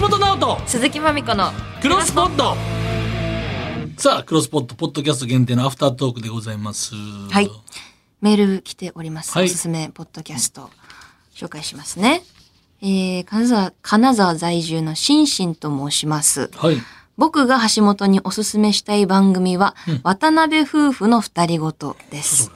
橋本直人鈴木まみこのクロスポットさあクロスポットポッドキャスト限定のアフタートークでございますはいメール来ております、はいおすすめポッドキャスト紹介しますねえー、金沢金沢在住のしんしんと申しますはい僕が橋本におすすめしたい番組は、渡辺夫婦の二人ごとです。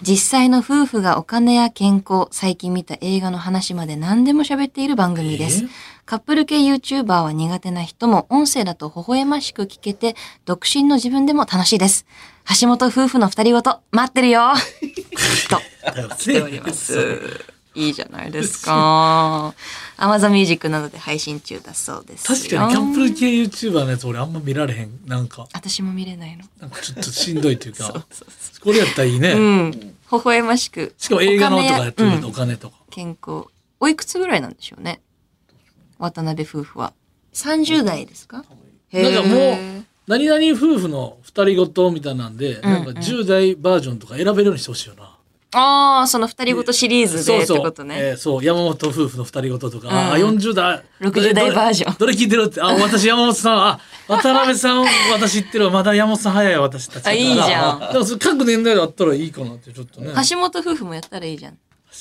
実際の夫婦がお金や健康、最近見た映画の話まで何でも喋っている番組です。えーカップル系 YouTuber は苦手な人も音声だと微笑ましく聞けて、独身の自分でも楽しいです。橋本夫婦の二人ごと、待ってるよと、来ております。いいじゃないですか。Amazon Music などで配信中だそうですよ。確かにキャンプル系 YouTuber のやつ俺あんま見られへんなんか私も見れないの。なんかちょっとしんどいという かこれやったらいいね、うん。微笑ましく。しかも映画のとかやっておる金とやお金とか、うん健康。おいくつぐらいなんでしょうね。渡辺夫婦は。30代ですかへなんかーもう何々夫婦の二人ごとみたいなんで、なんか10代バージョンとか選べるようにしてほしいよな。ああ、その二人ごとシリーズでってことそうそう,、えね。ーそう山本夫婦の二人ごととか、あうん40代60代バージョンどれどれ聞いてるってあ私山本さんあ渡辺さん私言ってるわまだ山本さん早い私たちだからあいいじゃんだからそれ各年代であったらいいかなってちょっとね橋本夫婦もやったらいいじゃん。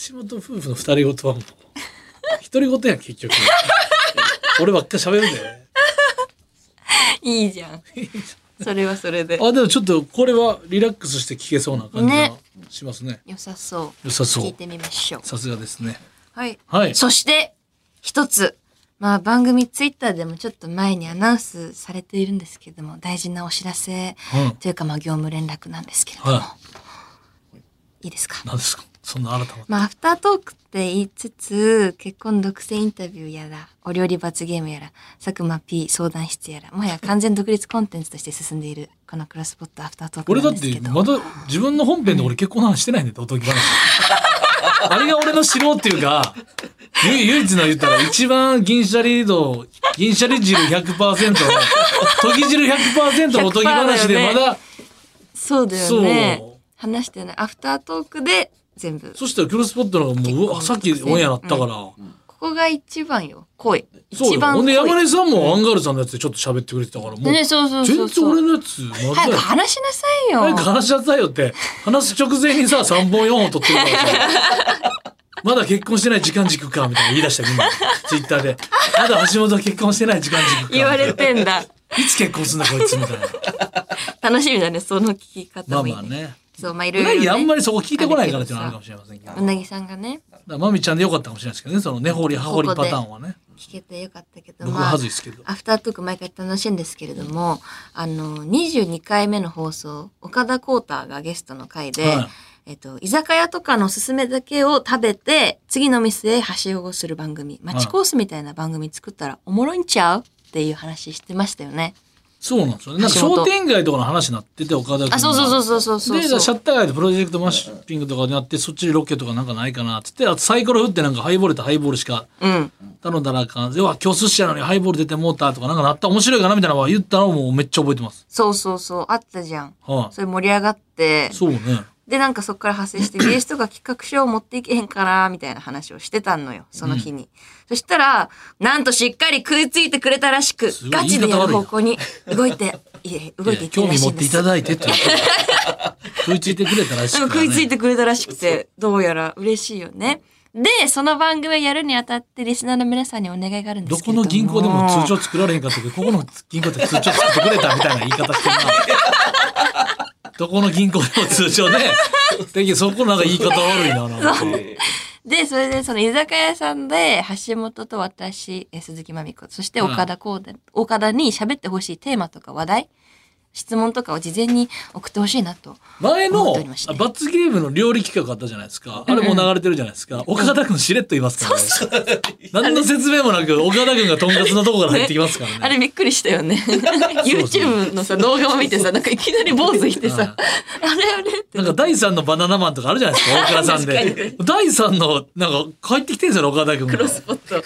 橋本夫婦の二人ごとはもう 独り言やん結局俺ばっか喋るんだよね いいじゃん。 それはそれで。あでもちょっとこれはリラックスして聞けそうな感じがねしますね良さそう。良さそ聞いうてみましょう。さすがですねはい。はいそして、一つ。まあ番組ツイッターでもちょっと前にアナウンスされているんですけども、大事なお知らせうんというかまあ業務連絡なんですけれども、はいいですか何ですかそんな新たなまあ、アフタートークって言いつつ、結婚独占インタビューやら、お料理罰ゲームやら、佐久間 P 相談室やら、もはや完全独立コンテンツとして進んでいる、このクロスポットアフタートーク俺だなんっですけてど。まだ自分の本編で俺結婚の話してないんだよおとぎ話 あれが俺の素人っていうかゆ唯一の言ったら一番銀シャリ度銀シャリ汁100%のとぎ汁100%のおとぎ話でま100%だだそうだよねそう。話してない。アフタートークで全部。そしたらクロスポットの方がもううわさっきオンエアなったから、ここが一番よ。恋。そう一よ番ほんで恋。山根さんもアンガールズさんのやつでちょっと喋ってくれてたからもうねそうそうそ全うそ然う。俺のやつまだ早くよ話しなさいよ。早く話しなさいよって話す直前にさ3本4本撮ってるからさまだ結婚してない時間軸かみたいな言い出したみんなツイッターでまだ橋本は結婚してない時間軸か言われてんだ。いつ結婚すんだこいつみたいな楽しみだね、その聞きま方あもいい、ね。まあねそう、まあいろういろ、なね。ぎあんまりそこ聞いてこないからっていうのはあるかもしれませんけどだうかなぎさんがね、らまみちゃんでよかったかもしれないですけどねその根掘り葉掘りパターンはね聞けてよかったけど、僕まはあ恥ずいですけど、アフタートーク毎回楽しいんですけれども、あの、22回目の放送、岡田光太がゲストの回で、はいえっと、居酒屋とかのおすすめだけを食べて、次の店へはしごする番組、町コースみたいな番組作ったらおもろいんちゃうっていう話してましたよね。そうなんですよね。なんか商店街とかの話になってて、岡田君があ、そうそうそうそうそうそう。で、シャッター街でプロジェクトマッシュピングとかになって、そっちでロケとかなんかないかなって言って、あとサイコロ振ってなんかハイボールとハイボールしかうん。頼んだらあかん。では、今日寿司やのにハイボール出てもうたとかなんかなったら面白いかなみたいなのは言ったのをもうめっちゃ覚えてます。そうそうそう、あったじゃん。はそれ盛り上がってい。、そうね。で、なんかそこから派 生して、ゲストが企画書を持っていけへんから、みたいな話をしてたのよ、その日に。そしたら、なんとしっかり食いついてくれたらしくすごい、ガチで言いや方る悪いな方向に動いて、いえ、動いていって興るら味し持いっんてでいす。ただいてって言って。食いついてくれたらしいでから、もね。食いついてくれたらしくて、どうやら嬉しいよね。で、その番組をやるにあたって、リスナーの皆さんにお願いがあるんでどすけれこども。の銀行でも通帳作られへんかったけど、ここの銀行で通帳作ってくれたみたいな言い方してるな。どこの銀行でも通帳ね。 だけどそこなんか言い方悪いな、なんか。で、それでその居酒屋さんで、橋本と私、えー鈴木まみ子、そして岡田こうで、岡田に喋ってほしいテーマとか話題、質問とかを事前に送ってほしいなと。前思っのておりましたね罰ゲームの料理企画あったじゃないですか。あれもう流れてるじゃないですか。岡田くんしれっと言いますからね。何の説明もなく岡田くんがとんかつのとこから入ってきますからあね。れびっくりしたよ ね。YouTube のさ、動画を見てさ、なんかいきなり坊主いてさ、あれあれって。なんか第3のバナナマンとかあるじゃないですか、大倉さん 確かで。第3の、なんか帰ってきてるんですよね、岡田くんが。クロスポット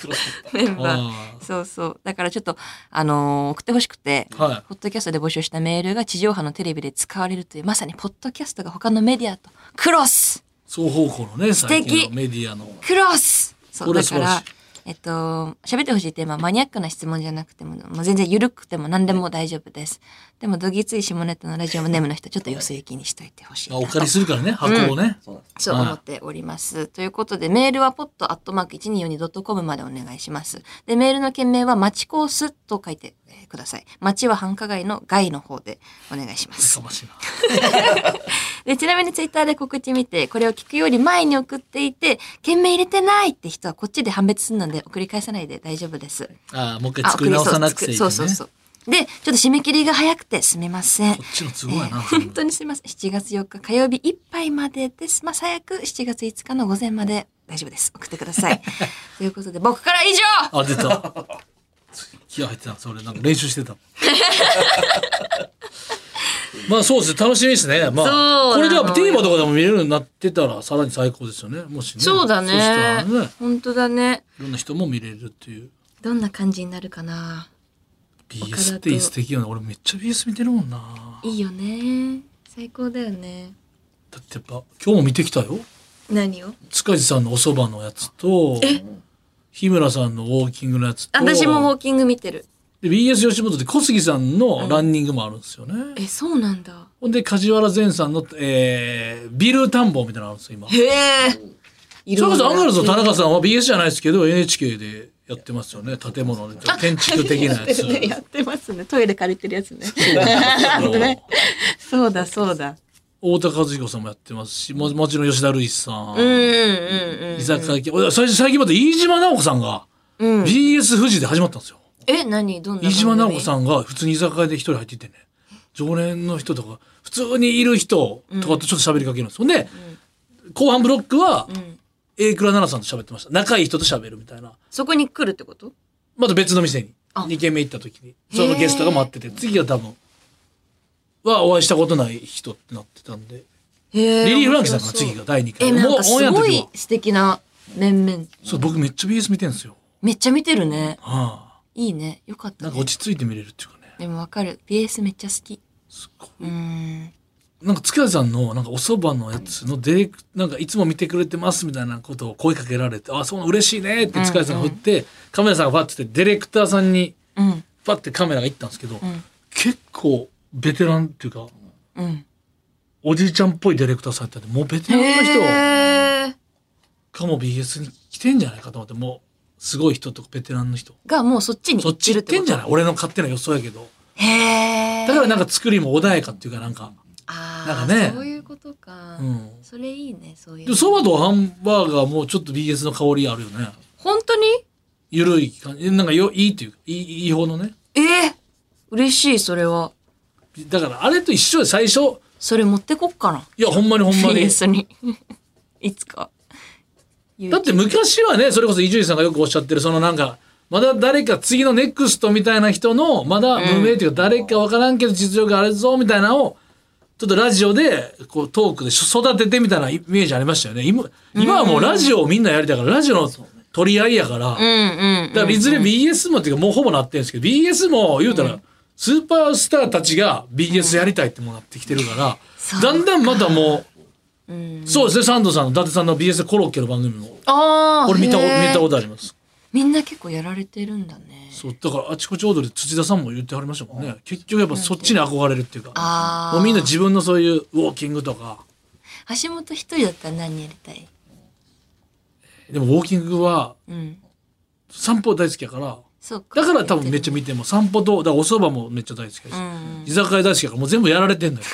メンバー。あそうそう。だからちょっと、あのー送ってほしくて、はいポッドキャストで募集したメールが地上波のテレビで使われるという、まさにポッドキャストが他のメディアと、クロスー双方向のね、最近のメディアの。クロスそうこれだ素か晴ららしい、ええっと、喋ってほしいテーマはマニアックな質問じゃなくても、もう全然緩くても何でも大丈夫です。でも、どぎつい下ネタのラジオネームの人、ちょっとよそ行きにしといてほしいなあおと借りするからね、箱をね。そうなんです。そうはい思っております。ということで、メールは pot.1242.com までお願いします。で、メールの件名は、町コースと書いてえーください。町は繁華街の街の方でお願いしまやすか。ましいな。でちなみにツイッターで告知見て、これを聞くより前に送っていて、件名入れてないって人はこっちで判別するので、送り返さないで大丈夫です。あーもう一あ回作り直さなく送ちゃりいけそなうい。作るそうそうそう。で、ちょっと締め切りが早くてすみませんこ。っちの都合やえな。ー本当にすみません。7月4日火曜日いっぱいまでです。まあ、最悪7月5日の午前まで大丈夫です。送ってくださ い。ということで、僕から以上あ、出た。気合入ってた。それ、なんか練習してた。 まあそうですね。楽しみですね。まそうなのあ、よこれではテーマとかでも見れるようになってたら、さらに最高ですよね。もしね。そうだそしたらねね、。本当だね。いろんな人も見れるっていう。どんな感じになるかな BS って素敵よね。俺めっちゃ BS 見てるもんな。いいよね。最高だよね。だってやっぱ、今日も見てきたよ。何を塚地さんのおそばのやつと、日村さんのウォーキングのやつと、私もウォーキング見てる。で BS 吉本で小杉さんのランニングもあるんですよね。え、そうなんだ。ほんで、梶原善さんの、えー、ビル探訪みたいなのあるんですよ、今。そへえ。いれこそアンガールズの田あ中さんは BS じゃないですけど、NHK でやってますよね。建物の建築的なやつ。やってますね。トイレ借りてるやつね。あの そうだそうだ。太田和彦さんもやってますし、ももちろん吉田類さん。うんうんうん伊坂幸雄最近最近まで飯島直子さんがうん。うん。 BS 富士で始まったんですよ。え、何どんな番組飯島直子さんが普通に居酒屋で一人入っていってね常連の人とか普通にいる人とかとちょっと喋りかけるんです、ほんで、後半ブロックはん A 倉奈々さんと喋ってました仲いい人と喋るみたいなそこに来るってことまた別の店にあ2軒目行った時にそのゲストが待ってて次が多分はお会いしたことない人ってなってたんでへリリー・フランキーさんが次が。が第2回え、なんもうオかンエすアのご時いは素敵な面々。そう僕めっちゃ BS 見てんですよ、めっちゃ見てるね。はいいね。よかっあ、た、なね。んか落ち着いて見れるっていうかねでもわかる。BS めっちゃ好き。すごいうーん。なんか塚地さんのなんかお蕎麦のやつのディレクなんかいつも見てくれてますみたいなことを声かけられて「あそう嬉しいね」って塚地さんが振って、カメラさんがパッてってディレクターさんにうん。パッてカメラが行ったんですけど、ん結構ベテランっていうかうん。おじいちゃんっぽいディレクターさんやったんでもうベテランの人へーかも BS に来てんじゃないかと思ってもうすごい人とベテランの人がもうそっちにそ行っってちる行っっててこんとじゃない俺の勝手な予想やけどへー。だからなんか作りも穏やかっていうかなんかあなあ、んかねそういうことか。うんそれいいね、そういでうも蕎の。麦とハンバーガーもちょっと BS の香りあるよね本当にゆるい感じ。なんかよ、いいっていうか、いい、いい方のね。えー、嬉しい、それは。だから、あれと一緒で最初、それ持ってこっかな。いや、ほんまにほんまに。 BS に。 いつか。だって昔はね、それこそ伊集院さんがよくおっしゃってる、そのなんか、まだ誰か次のネクストみたいな人の、まだ無名っていうか、誰かわからんけど実力あるぞ、みたいなのを、ちょっとラジオで、こう、トークで育ててみたいなイメージありましたよね。今、今はもうラジオをみんなやりたいから、ラジオの取り合いやから、うんうんうん。だからいずれ BS もっていうかもうほぼなってるんですけど BS も言うたらスーパースターたちが BS やりたいってもうなってきてるから、そうだんだんまたもう、んそうですねサンドさんの伊達さんの BS コロッケの番組もああ。これ見たへー見たことありますみんな結構やられてるんだね。そうだからあちこち踊り土田さんも言ってはりましたもんね結局やっぱそっちに憧れるっていうあかーもうみんな自分のそういうウォーキングとか橋本一人だったら何やりたいでもウォーキングはうん。散歩大好きやからそうか。だから多分めっちゃ見ても散歩とだからお蕎麦もめっちゃ大好きやし、うん居酒屋大好きやからもう全部やられてんだよ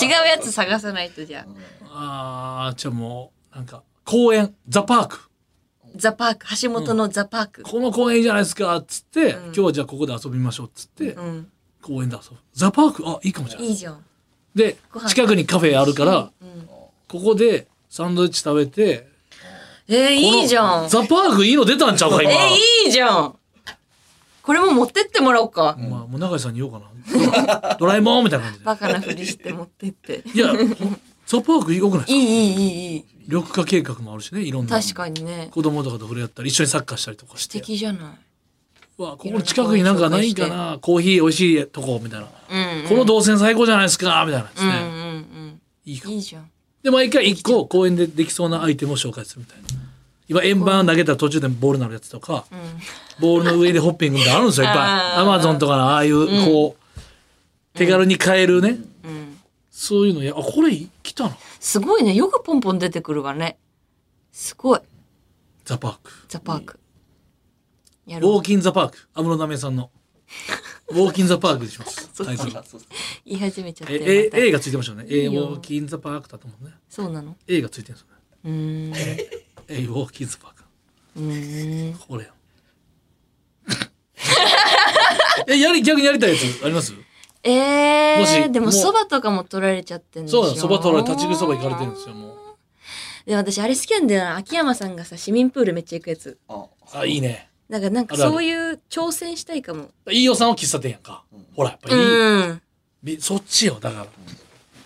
違うやつ探さないとじゃあ。あーじゃあもうなんか公園ザ・パークザパーク、橋本のザパーク。この公園いいじゃないですかっつって、うん今日はじゃあここで遊びましょうっつって、うん。公園で遊ぶザ・パークあいいかもしれないいいじゃん。でご飯近くにカフェあるからうん。ここでサンドイッチ食べてえー、いいじゃこのん。ザ・パークいいの出たんちゃうかえ今、ー、いいじゃん。これも持ってってもらおうか。まあ、もう永井さんに言おうかなドラえもんみたいな感じでバカなふりして持っ てって。いやザ・パークよくないですかいいいいいいいい。緑化計画もあるしねいろんな確かにね。子供とかと触れ合ったり一緒にサッカーしたりとかし素て敵じゃない。うわここの近くになんかないかなコーヒー美味しいとこみたいなうん、うん。この動線最高じゃないですかみたいなですうんうね。んいいうん。かいいじゃん。で、毎回一個公園でできそうなアイテムを紹介するみたいな。今円盤投げたら途中でボールになるやつとか、ボールの上でホッピングみたいなのあるんですよいっぱい あーアマゾンとかのああいうこう、手軽に買えるね、うん。そういうのやあこれ来たなすごいね。よくポンポン出てくるわね。すごい。ザ・パークザ・パーク。やウォろーキン・ザ・パーク安室奈美恵さんの「ウォーキン・ザ・パーク」にします そうタイトルそうそうう。言い始めちゃってえまた A, A がついてましたよね「いい A ウよォーキン・ザ・パーク」だと思うねそうなの A がついてるんですよねう ーん。 「A ウォーキン・ザ・パークうーん」これや えやり逆にやりたいやつありますえもしー、でももうそばとかも取られちゃってんでしそうょだそばとら立ち食いそば行かれてるんですよもうで私あれ好きなんだよな秋山さんがさ市民プールめっちゃ行くやつああいいねだからなんかあるあるそういう挑戦したいかも飯尾さんは喫茶店やんか、うんほらやっぱりいい、うんみそっちよだから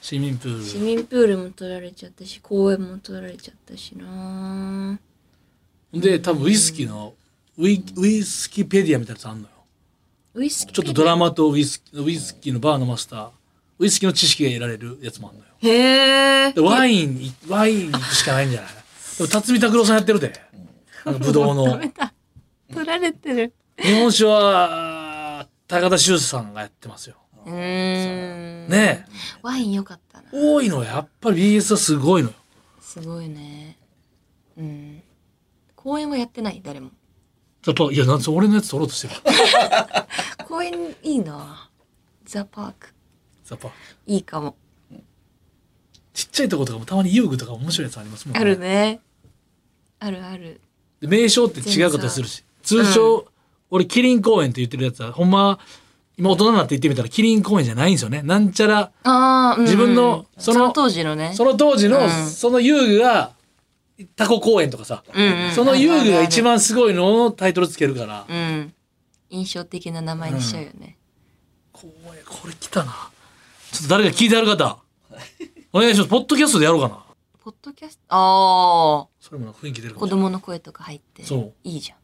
市民プ市ー民プールも取られちゃったし公園も取られちゃったしなルで多分ウイスキーのウイウイスキペディアみたいなやつあんのよウイスキーちょっとドラマとウイスキーウイスキーのバーのマスターウイスキーの知識が得られるやつもあんのよへえでワインいワインに行くしかないんじゃないでも辰巳拓郎さんやってるでなんかブドウ の取られてる日本酒は高田修さんがやってますようーんねえワイン良かったな多いのよやっぱり BS はすごいのよすごいねうん公園はやってない誰もやっぱいやなんで俺のやつ取ろうとしてる 公園いいなザ・パークやっぱいいかもちっちゃいとことかもたまに遊具とか面白いやつありますもんあるねあるあるで名称って違うことするし通称、俺キリン公園って言ってるやつはほんま今大人になって言ってみたらキリン公園じゃないんですよねなんちゃらああ、うん自分のその当時のねその当時の、うんその遊具がタコ公園とかさ、うんうんその遊具が一番すごいのをタイトルつけるから、うん印象的な名前にしちゃうよね、怖いこれ来たなちょっと誰か聞いてある方お願いしますポッドキャストでやろうかなポッドキャストあそれもなんか雰囲気出るあかも子しれない供の声とか入ってそういいじゃん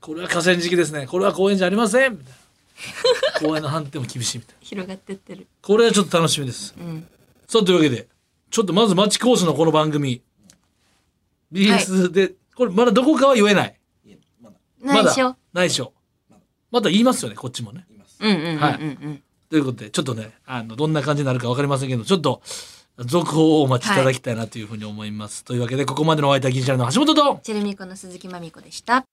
これは河川敷ですねこれは公園じゃありませんみたいな公園の判定も厳しいみたいな広がってってるこれはちょっと楽しみですうんさあ、というわけで、ちょっとまず町コースのこの番組、BS で、これまだどこかは言えない。いやまだま内だ緒、。内緒。まだ言いますよね、こっちもね。いますうんうんうんうんうん、はいということで、ちょっとね、あの、どんな感じになるかわかりませんけど、ちょっと、続報をお待ちいただきたいなというふうに思います。というわけで、ここまでのお相手は銀シャリの橋本と、チェルミコの鈴木まみこでした